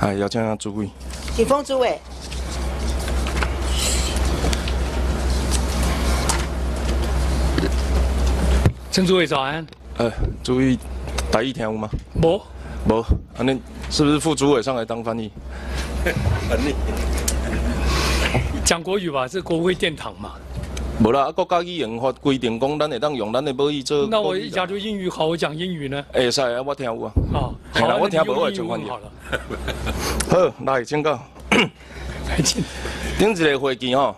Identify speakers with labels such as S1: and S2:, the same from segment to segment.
S1: 系有请啊主委。
S2: 请封主委。
S3: 陈主委早安。
S1: 呃，主委台语听有吗？
S3: 无，
S1: 无，啊，恁是不是副主委上来当翻译？
S3: 讲国语吧，这国会殿堂嘛。
S1: 无啦，啊，国家语言法规定讲，咱会当用咱的母语做。
S3: 那我假如英语好，我讲英语呢？
S1: 会使啊，我听有啊。
S3: 哦，
S1: 嘿
S3: 好
S1: 啦
S3: 啊，
S1: 我
S3: 那你
S1: 听不
S3: 用
S1: 我的
S3: 英
S1: 情
S3: 语
S1: 况
S3: 问
S1: 就
S3: 好 了。
S1: 好，来请教。顶一个会期吼，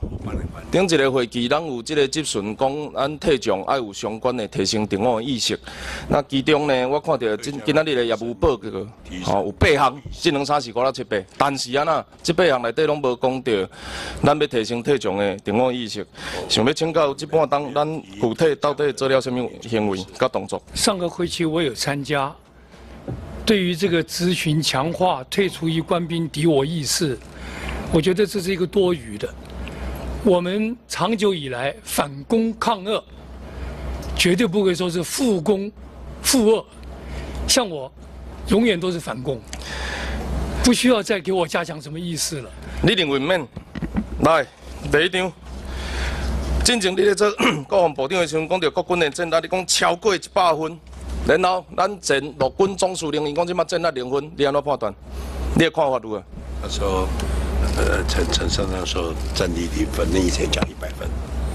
S1: 顶一个会期，咱有即个集训讲，咱体重要有相关的提升自我的意识。那其中呢，我看到今今仔日的业务报告，吼、有八项，即两三四五六七八，但是啊呐，即八项内底拢无讲到，咱要提升体重的自我意识。想要请教即半当，咱具体到底做了什么行为甲动作？
S3: 上个会期我有参加，对于这个咨询强化退出一官兵敌我意识，我觉得这是一个多余的。我们长久以来反攻抗恶，绝对不会说是复攻复恶。像我，永远都是反攻，不需要再给我加强什么意识了。
S1: 你认为毋免？来，第一张。进前你咧做 国防部长的时阵，讲到国军的战力，你讲超过一百分。然后咱前陆军总司令，伊讲即摆战力零分，你安怎判断？你的看法如何？
S4: 他说，呃，陈陈胜他说战力零分，那以前讲一百分，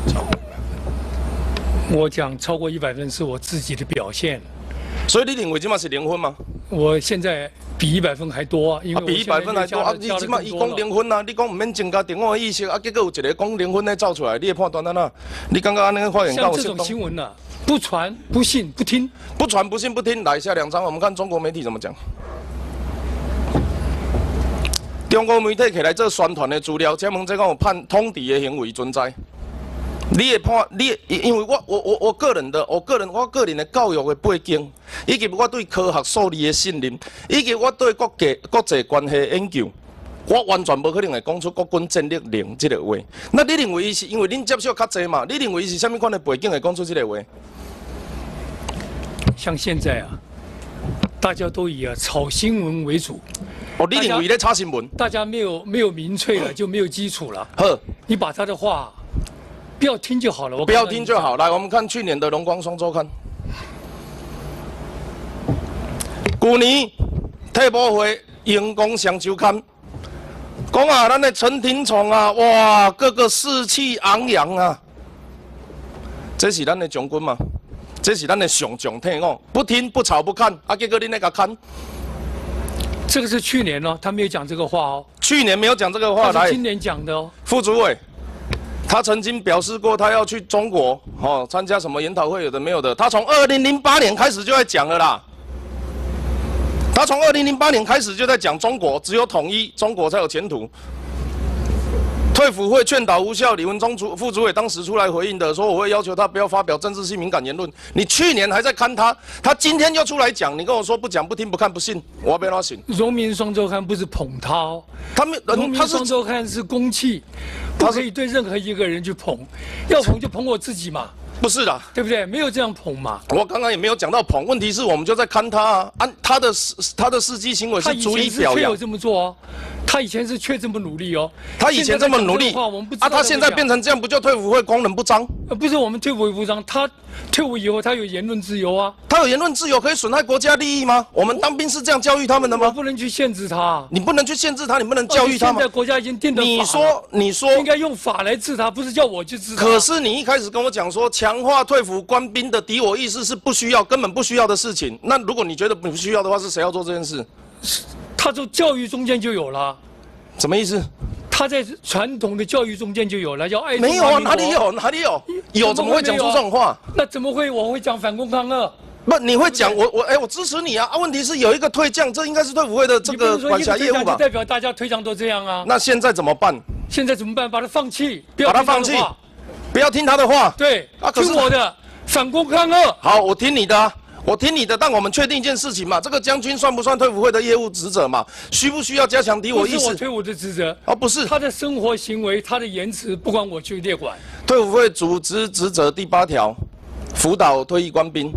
S4: 超过一百分。
S3: 我讲超过一百分是我自己的表现，
S1: 所以你认为即摆是零分吗？
S3: 我现在比一百分还多啊，因
S1: 啊，
S3: 为我
S1: 比一
S3: 现在
S1: 百分还多啊！
S3: 又
S1: 你
S3: 加了
S1: 即
S3: 加
S1: 摆
S3: 了
S1: 伊
S3: 更
S1: 讲
S3: 多了
S1: 零分啊，你讲毋免增加自我的意识啊，结果有一个讲零分的走出来，你的判断安怎？你感觉安尼个发言
S3: 像
S1: 够
S3: 这
S1: 适
S3: 种
S1: 当
S3: 新？闻呢、不传、不信、不听，
S1: 不传不信不听，来下两张，我们看中国媒体怎么讲。中国媒体起来做宣传的资料，请问这个有判通敌的行为存在？你的判，你的因因为我我我我个人的，我个人我个人的教育的背景，以及我对科学数理的信任，以及我对国际国际关系的研究，我完全无可能会讲出国军战略零这个话。那你认为伊是因为恁接受较济嘛？你认为伊是什么款的背景会讲出这个话？
S3: 像现在啊，大家都以啊炒新闻为主，
S1: 哦，你
S3: 大家
S1: 认为咧炒新闻？
S3: 大家没有没有民粹 了，就没有基础了。
S1: 好。
S3: 你把他的话不要听就好了，我
S1: 不要
S3: 告诉你
S1: 听就好。来，我们看去年的《龙光双周刊》，去年退保会阳光双周刊，讲啊，咱的陈廷宠啊，哇，个个士气昂扬啊。这是咱的将军嘛，这是咱的上将退伍，不听不吵不看，啊，结果恁那个看，
S3: 这个是去年哦，他没有讲这个话哦，
S1: 去年没有讲这个话
S3: 他是
S1: 啊来
S3: 今。年讲的哦。
S1: 副主委，他曾经表示过，他要去中国哦，参加什么研讨会，有的没有的。他从二零零八年开始就在讲了啦。他从二零零八年开始就在讲中国，只有统一，中国才有前途。退辅会劝导无效，李文忠主副主委当时出来回应的，说我会要求他不要发表政治性敏感言论。你去年还在看他，他今天又出来讲，你跟我说不讲不听不看不信，我要被他信。
S3: 荣民双周刊不是捧他哦，
S1: 他们
S3: 《农
S1: 人
S3: 民
S1: 呃他是
S3: 双周刊》是公器，不可以对任何一个人去捧，要捧就捧我自己嘛，
S1: 不是的？
S3: 对不对？没有这样捧嘛。
S1: 我刚刚也没有讲到捧，问题是我们就在看他啊，按他的事他的司机行为
S3: 他
S1: 是
S3: 以
S1: 足以
S3: 前是
S1: 表
S3: 确
S1: 扬
S3: 有。这么做哦，他以前是确这么努力哦。
S1: 他以前这么努力
S3: 现在在讲这种话我们不知道
S1: 啊，他现在变
S3: 成
S1: 成这样，不就退伍会功能不彰？
S3: 不是我们退伍为无章，他退伍以后他有言论自由啊，
S1: 他有言论自由，可以损害国家利益吗？我们当兵是这样教育他们的
S3: 我
S1: 吗？
S3: 不能去限制他。啊
S1: 你不能去限制他，你不能教育他
S3: 而且现
S1: 吗
S3: 在？国家已经定的
S1: 你说，你说，
S3: 应该用法来治他，不是叫我去治他。
S1: 可是你一开始跟我讲说，强化退伍官兵的敌我意识是不需要，根本不需要的事情。那如果你觉得不需要的话，是谁要做这件事？
S3: 他从教育中间就有了，
S1: 什么意思？
S3: 他在传统的教育中间就有了，要爱
S1: 没有啊，
S3: 中华
S1: 哪
S3: 民
S1: 里
S3: 国？
S1: 有？哪里有？有怎么会讲出这种话？
S3: 那怎么啊会我会讲反攻抗恶？
S1: 不，你会讲我我哎、我支持你啊！啊，问题是有一个退将，这应该是退伍会的这
S3: 你不能
S1: 个
S3: 说
S1: 管
S3: 一
S1: 辖
S3: 个
S1: 业
S3: 推
S1: 务
S3: 长就
S1: 吧？
S3: 代表大家推长都这样啊。
S1: 那现在怎么办？
S3: 现在怎么办？把他放弃，不要
S1: 把他
S3: 听的
S1: 放弃
S3: 话
S1: 不要听他的话。
S3: 对，
S1: 啊可是
S3: 听我的，反攻抗恶。
S1: 好，我听你的、啊，我听你的。但我们确定一件事情嘛，这个将军算不算退伍会的业务职责嘛？需不需要加强敌我
S3: 不
S1: 意
S3: 是我
S1: 识？
S3: 推我的职责，
S1: 啊，不是，
S3: 他的生活行为、他的言辞，不管我去列管。
S1: 退伍会组织职责第八条，辅导退役官兵。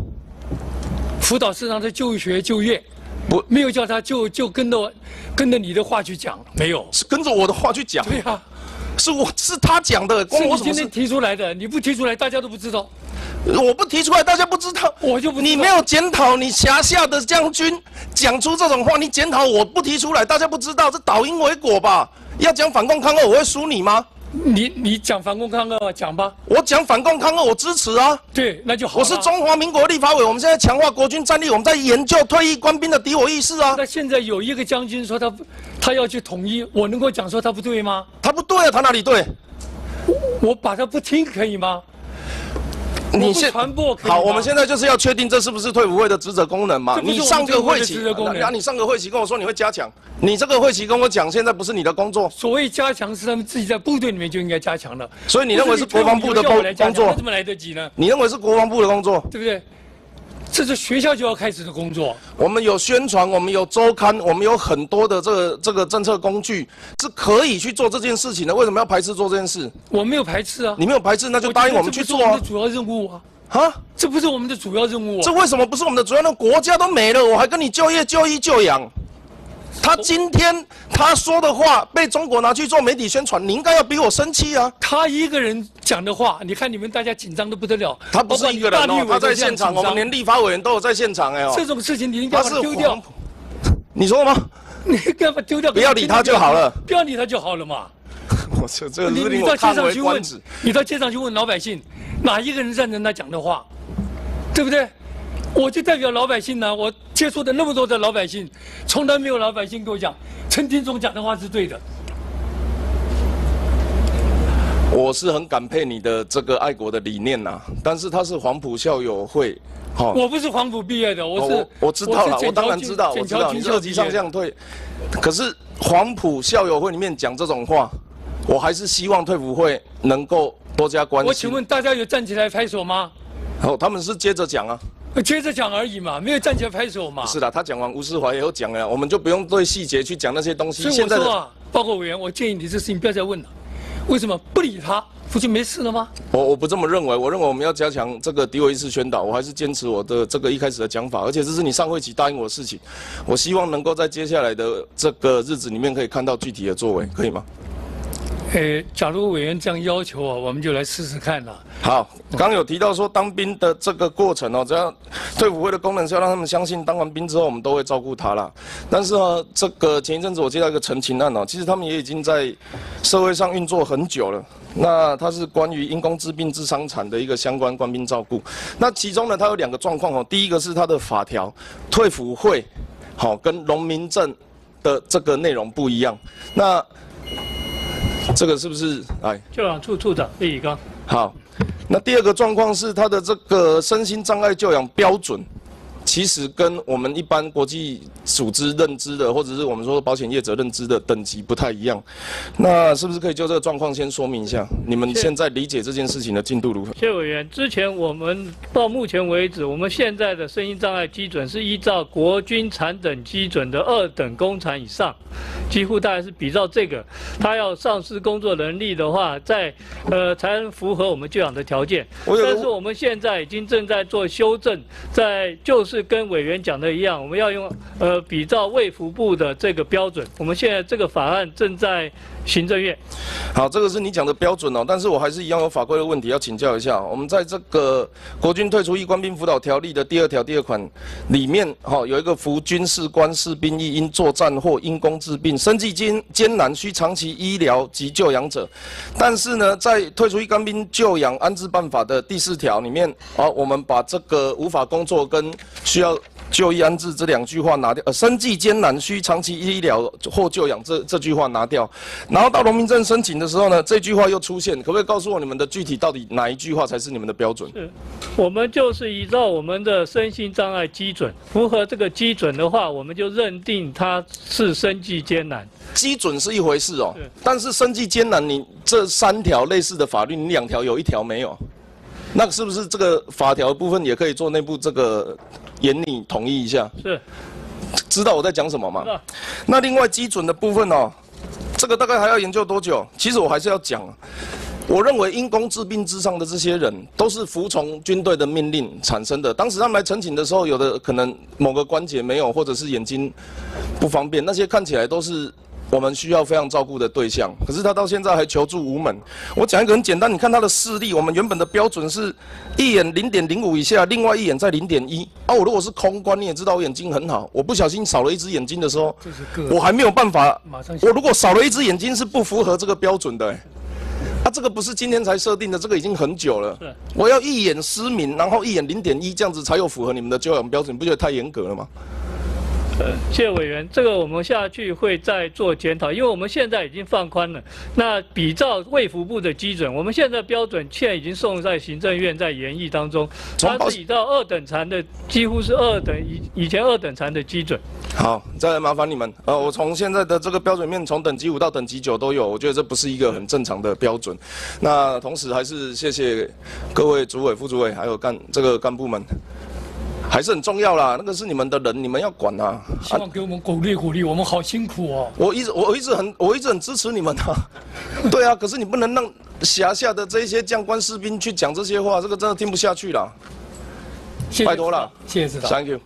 S3: 辅导市场的就学就业，
S1: 不
S3: 没有叫他就就跟着跟着你的话去讲，没有。
S1: 是跟着我的话去讲，
S3: 对呀、啊，
S1: 是我是他讲的，关
S3: 是
S1: 我
S3: 你
S1: 什么
S3: 今
S1: 事
S3: 天？提出来的，你不提出来，大家都不知道。
S1: 我不提出来，大家不知道，
S3: 我就不知道
S1: 你没有检讨你辖下的将军讲出这种话，你检讨我不提出来，大家不知道，这倒因为果吧？要讲反共抗俄，我会输你吗？
S3: 你你讲反共抗俄，讲吧。
S1: 我讲反共抗俄，我支持啊！
S3: 对，那就好。
S1: 我是。中华民国立法委，我们现在强化国军战力，我们在研究退役官兵的敌我意识啊
S3: 那！现在有一个将军说他不他要去统一，我能够讲说他不对吗？
S1: 他不对啊，他哪里对？
S3: 我把他不听可以吗？
S1: 你
S3: 不传播可以
S1: 好，
S3: 吗
S1: 我们现在就是要确定这是不是退伍会的职责功能嘛
S3: 这？不是
S1: 你上个会
S3: 我
S1: 期
S3: 们退伍会的职责，功能
S1: 啊，你上个会期跟我说你会加强，你这个会期跟我讲，现在不是你的工作，
S3: 所谓加强是他们自己在部队里面就应该加强的。
S1: 所以你认为是
S3: 不退伍
S1: 国防部的
S3: 以后叫我来加
S1: 工
S3: 强
S1: 工作
S3: 那怎么来得及呢？
S1: 你认为是国防部的工作？
S3: 对不对？这是学校就要开始的工作。
S1: 我们有宣传，我们有周刊，我们有很多的这个这个政策工具是可以去做这件事情的，为什么要排斥做这件事？
S3: 我没有排斥啊，
S1: 你没有排斥，那就答应我们去做
S3: 我
S1: 啊
S3: 觉得这！不是我们的主要任务啊，
S1: 啊，
S3: 这不是我们的主要任务、
S1: 这
S3: 啊。
S1: 为什么不是我们的主要？那国家都没了，我还跟你就业、就医、就养。他今天他说的话被中国拿去做媒体宣传，你应该要比我生气啊！
S3: 他一个人讲的话，你看你们大家紧张的不得了。
S1: 他不是一个人哦，他在现场，我们连立法委员都有在现场哎哦
S3: 这。种事情你应该
S1: 他
S3: 把
S1: 是
S3: 它丢掉
S1: 黄，你说吗？
S3: 你应该把它丢掉。
S1: 不要理他就好了
S3: 不要理他就好了嘛。
S1: 我这这
S3: 你
S1: 是令
S3: 你
S1: 我
S3: 到街
S1: 叹
S3: 上
S1: 为
S3: 去
S1: 观
S3: 问
S1: 止。，
S3: 你到街上去问老百姓，哪一个人赞成他讲的话，对不对？我就代表老百姓呢、我接触的那么多的老百姓，从来没有老百姓跟我讲陈廷总讲的话是对
S1: 哦
S3: 的。
S1: 我是很感佩你的这个爱国的理念呐、但是他是黄埔校友会，哈、
S3: 我不是黄埔毕业的，我是、
S1: 我哦我知道了，
S3: 是
S1: 我
S3: 剑桥
S1: 当然
S3: 军
S1: 知道，我
S3: 剑
S1: 知
S3: 桥
S1: 道
S3: 军
S1: 你
S3: 校
S1: 二级
S3: 毕业
S1: 上这样退，可是黄埔校友会里面讲这种话，我还是希望退伍会能够多加关心。
S3: 我请问大家有站起来拍手吗？
S1: 哦，他们是接着讲啊，
S3: 接着讲而已嘛，没有站起来拍手嘛。
S1: 是的，他讲完吴思怀也有讲了，我们就不用对细节去讲那些东西。
S3: 所以
S1: 现
S3: 我
S1: 在
S3: 说
S1: 的
S3: 啊，报告委员，我建议你这事情不要再问了。为什么不理他，不就没事了吗？
S1: 我我不这么认为，我认为我们要加强这个敌我意识宣导，我还是坚持我的这个一开始的讲法，而且这是你上会期答应我的事情，我希望能够在接下来的这个日子里面可以看到具体的作为，可以吗？
S3: 呃，假如委员这样要求啊，我们就来试试看了。
S1: 好，刚有提到说当兵的这个过程哦，只要退伍会的功能是要让他们相信，当完兵之后我们都会照顾他啦。但是呢，这个前一阵子我接到一个陈情案哦，其实他们也已经在社会上运作很久了。那它是关于因公致病致伤残的一个相关官兵照顾。那其中呢，它有两个状况哦，第一个是它的法条退伍会，好、跟农民证的这个内容不一样。那这个是不是哎？
S2: 教养处处长叶以刚，
S1: 好，那第二个状况是他的这个身心障碍教养标准，其实跟我们一般国际组织认知的，或者是我们说保险业者认知的等级不太一样。那是不是可以就这个状况先说明一下？你们
S2: 是
S1: 现在理解这件事情的进度如何？
S2: 谢委员，之前我们到目前为止，我们现在的声音障碍基准是依照国军残等基准的二等公残以上，几乎大概是比照这个，他要丧失工作能力的话，在呃才能符合我们教养的条件。
S1: 我有个
S2: 但是我们现在已经正在做修正，在就是跟委员讲的一样，我们要用呃比照卫福部的这个标准，我们现在这个法案正在行政院。
S1: 好，这个是你讲的标准哦，但是我还是一样有法规的问题要请教一下哦。我们在这个《国军退出役官兵辅导条例》的第二条第二款里面，哈、有一个服军士官士兵役因作战或因公致病，生计艰艰难，需长期医疗及救养者。但是呢，在《退出役官兵救养安置办法》的第四条里面，啊，我们把这个无法工作跟需要就医安置这两句话拿掉，呃，生计艰难需长期医疗或救养这这句话拿掉，然后到农民证申请的时候呢，这句话又出现，可不可以告诉我你们的具体到底哪一句话才是你们的标准？
S2: 我们就是依照我们的身心障碍基准，符合这个基准的话，我们就认定他是生计艰难。
S1: 基准是一回事哦
S2: 是，
S1: 但是生计艰难，你这三条类似的法律，你两条有一条没有，那是不是这个法条的部分也可以做内部这个严拟统一一下？
S2: 是，
S1: 知道我在讲什么吗？
S2: 知道
S1: 那另外基准的部分哦，这个大概还要研究多久？其实我还是要讲，我认为因公治病之上的这些人，都是服从军队的命令产生的。当时他们来陈情的时候，有的可能某个关节没有，或者是眼睛不方便，那些看起来都是我们需要非常照顾的对象。可是他到现在还求助无门。我讲一个很简单，你看他的视力，我们原本的标准是一眼零点零五以下，另外一眼在零点一。啊，我如果是空观，你也知道我眼睛很好，我不小心少了一只眼睛的时候
S3: 这是个，
S1: 我还没有办法
S3: 马上。
S1: 我如果少了一只眼睛是不符合这个标准的、欸。啊，这个不是今天才设定的，这个已经很久了
S2: 是。
S1: 我要一眼失明，然后一眼零点一，这样子才有符合你们的教养标准，你不觉得太严格了吗？
S2: 呃，谢谢委员，这个我们下去会再做检讨，因为我们现在已经放宽了。那比照卫福部的基准，我们现在标准现在已经送在行政院在研议当中，
S1: 从
S2: 它
S1: 保
S2: 是比照二等残的，几乎是二等以以前二等残的基准。
S1: 好，再来麻烦你们。呃，我从现在的这个标准面，从等级五到等级九都有，我觉得这不是一个很正常的标准。那同时还是谢谢各位主委、副主委，还有干这个干部们，还是很重要啦。那个是你们的人，你们要管啊。
S3: 希望给我们鼓励鼓励，我们好辛苦哦。
S1: 我一直我一直很我一直很支持你们啊， 对啊，可是你不能让辖下的这一些将官士兵去讲这些话，这个真的听不下去了。
S3: 谢谢
S1: 拜托了
S3: 指导谢谢指导。
S1: Thank you。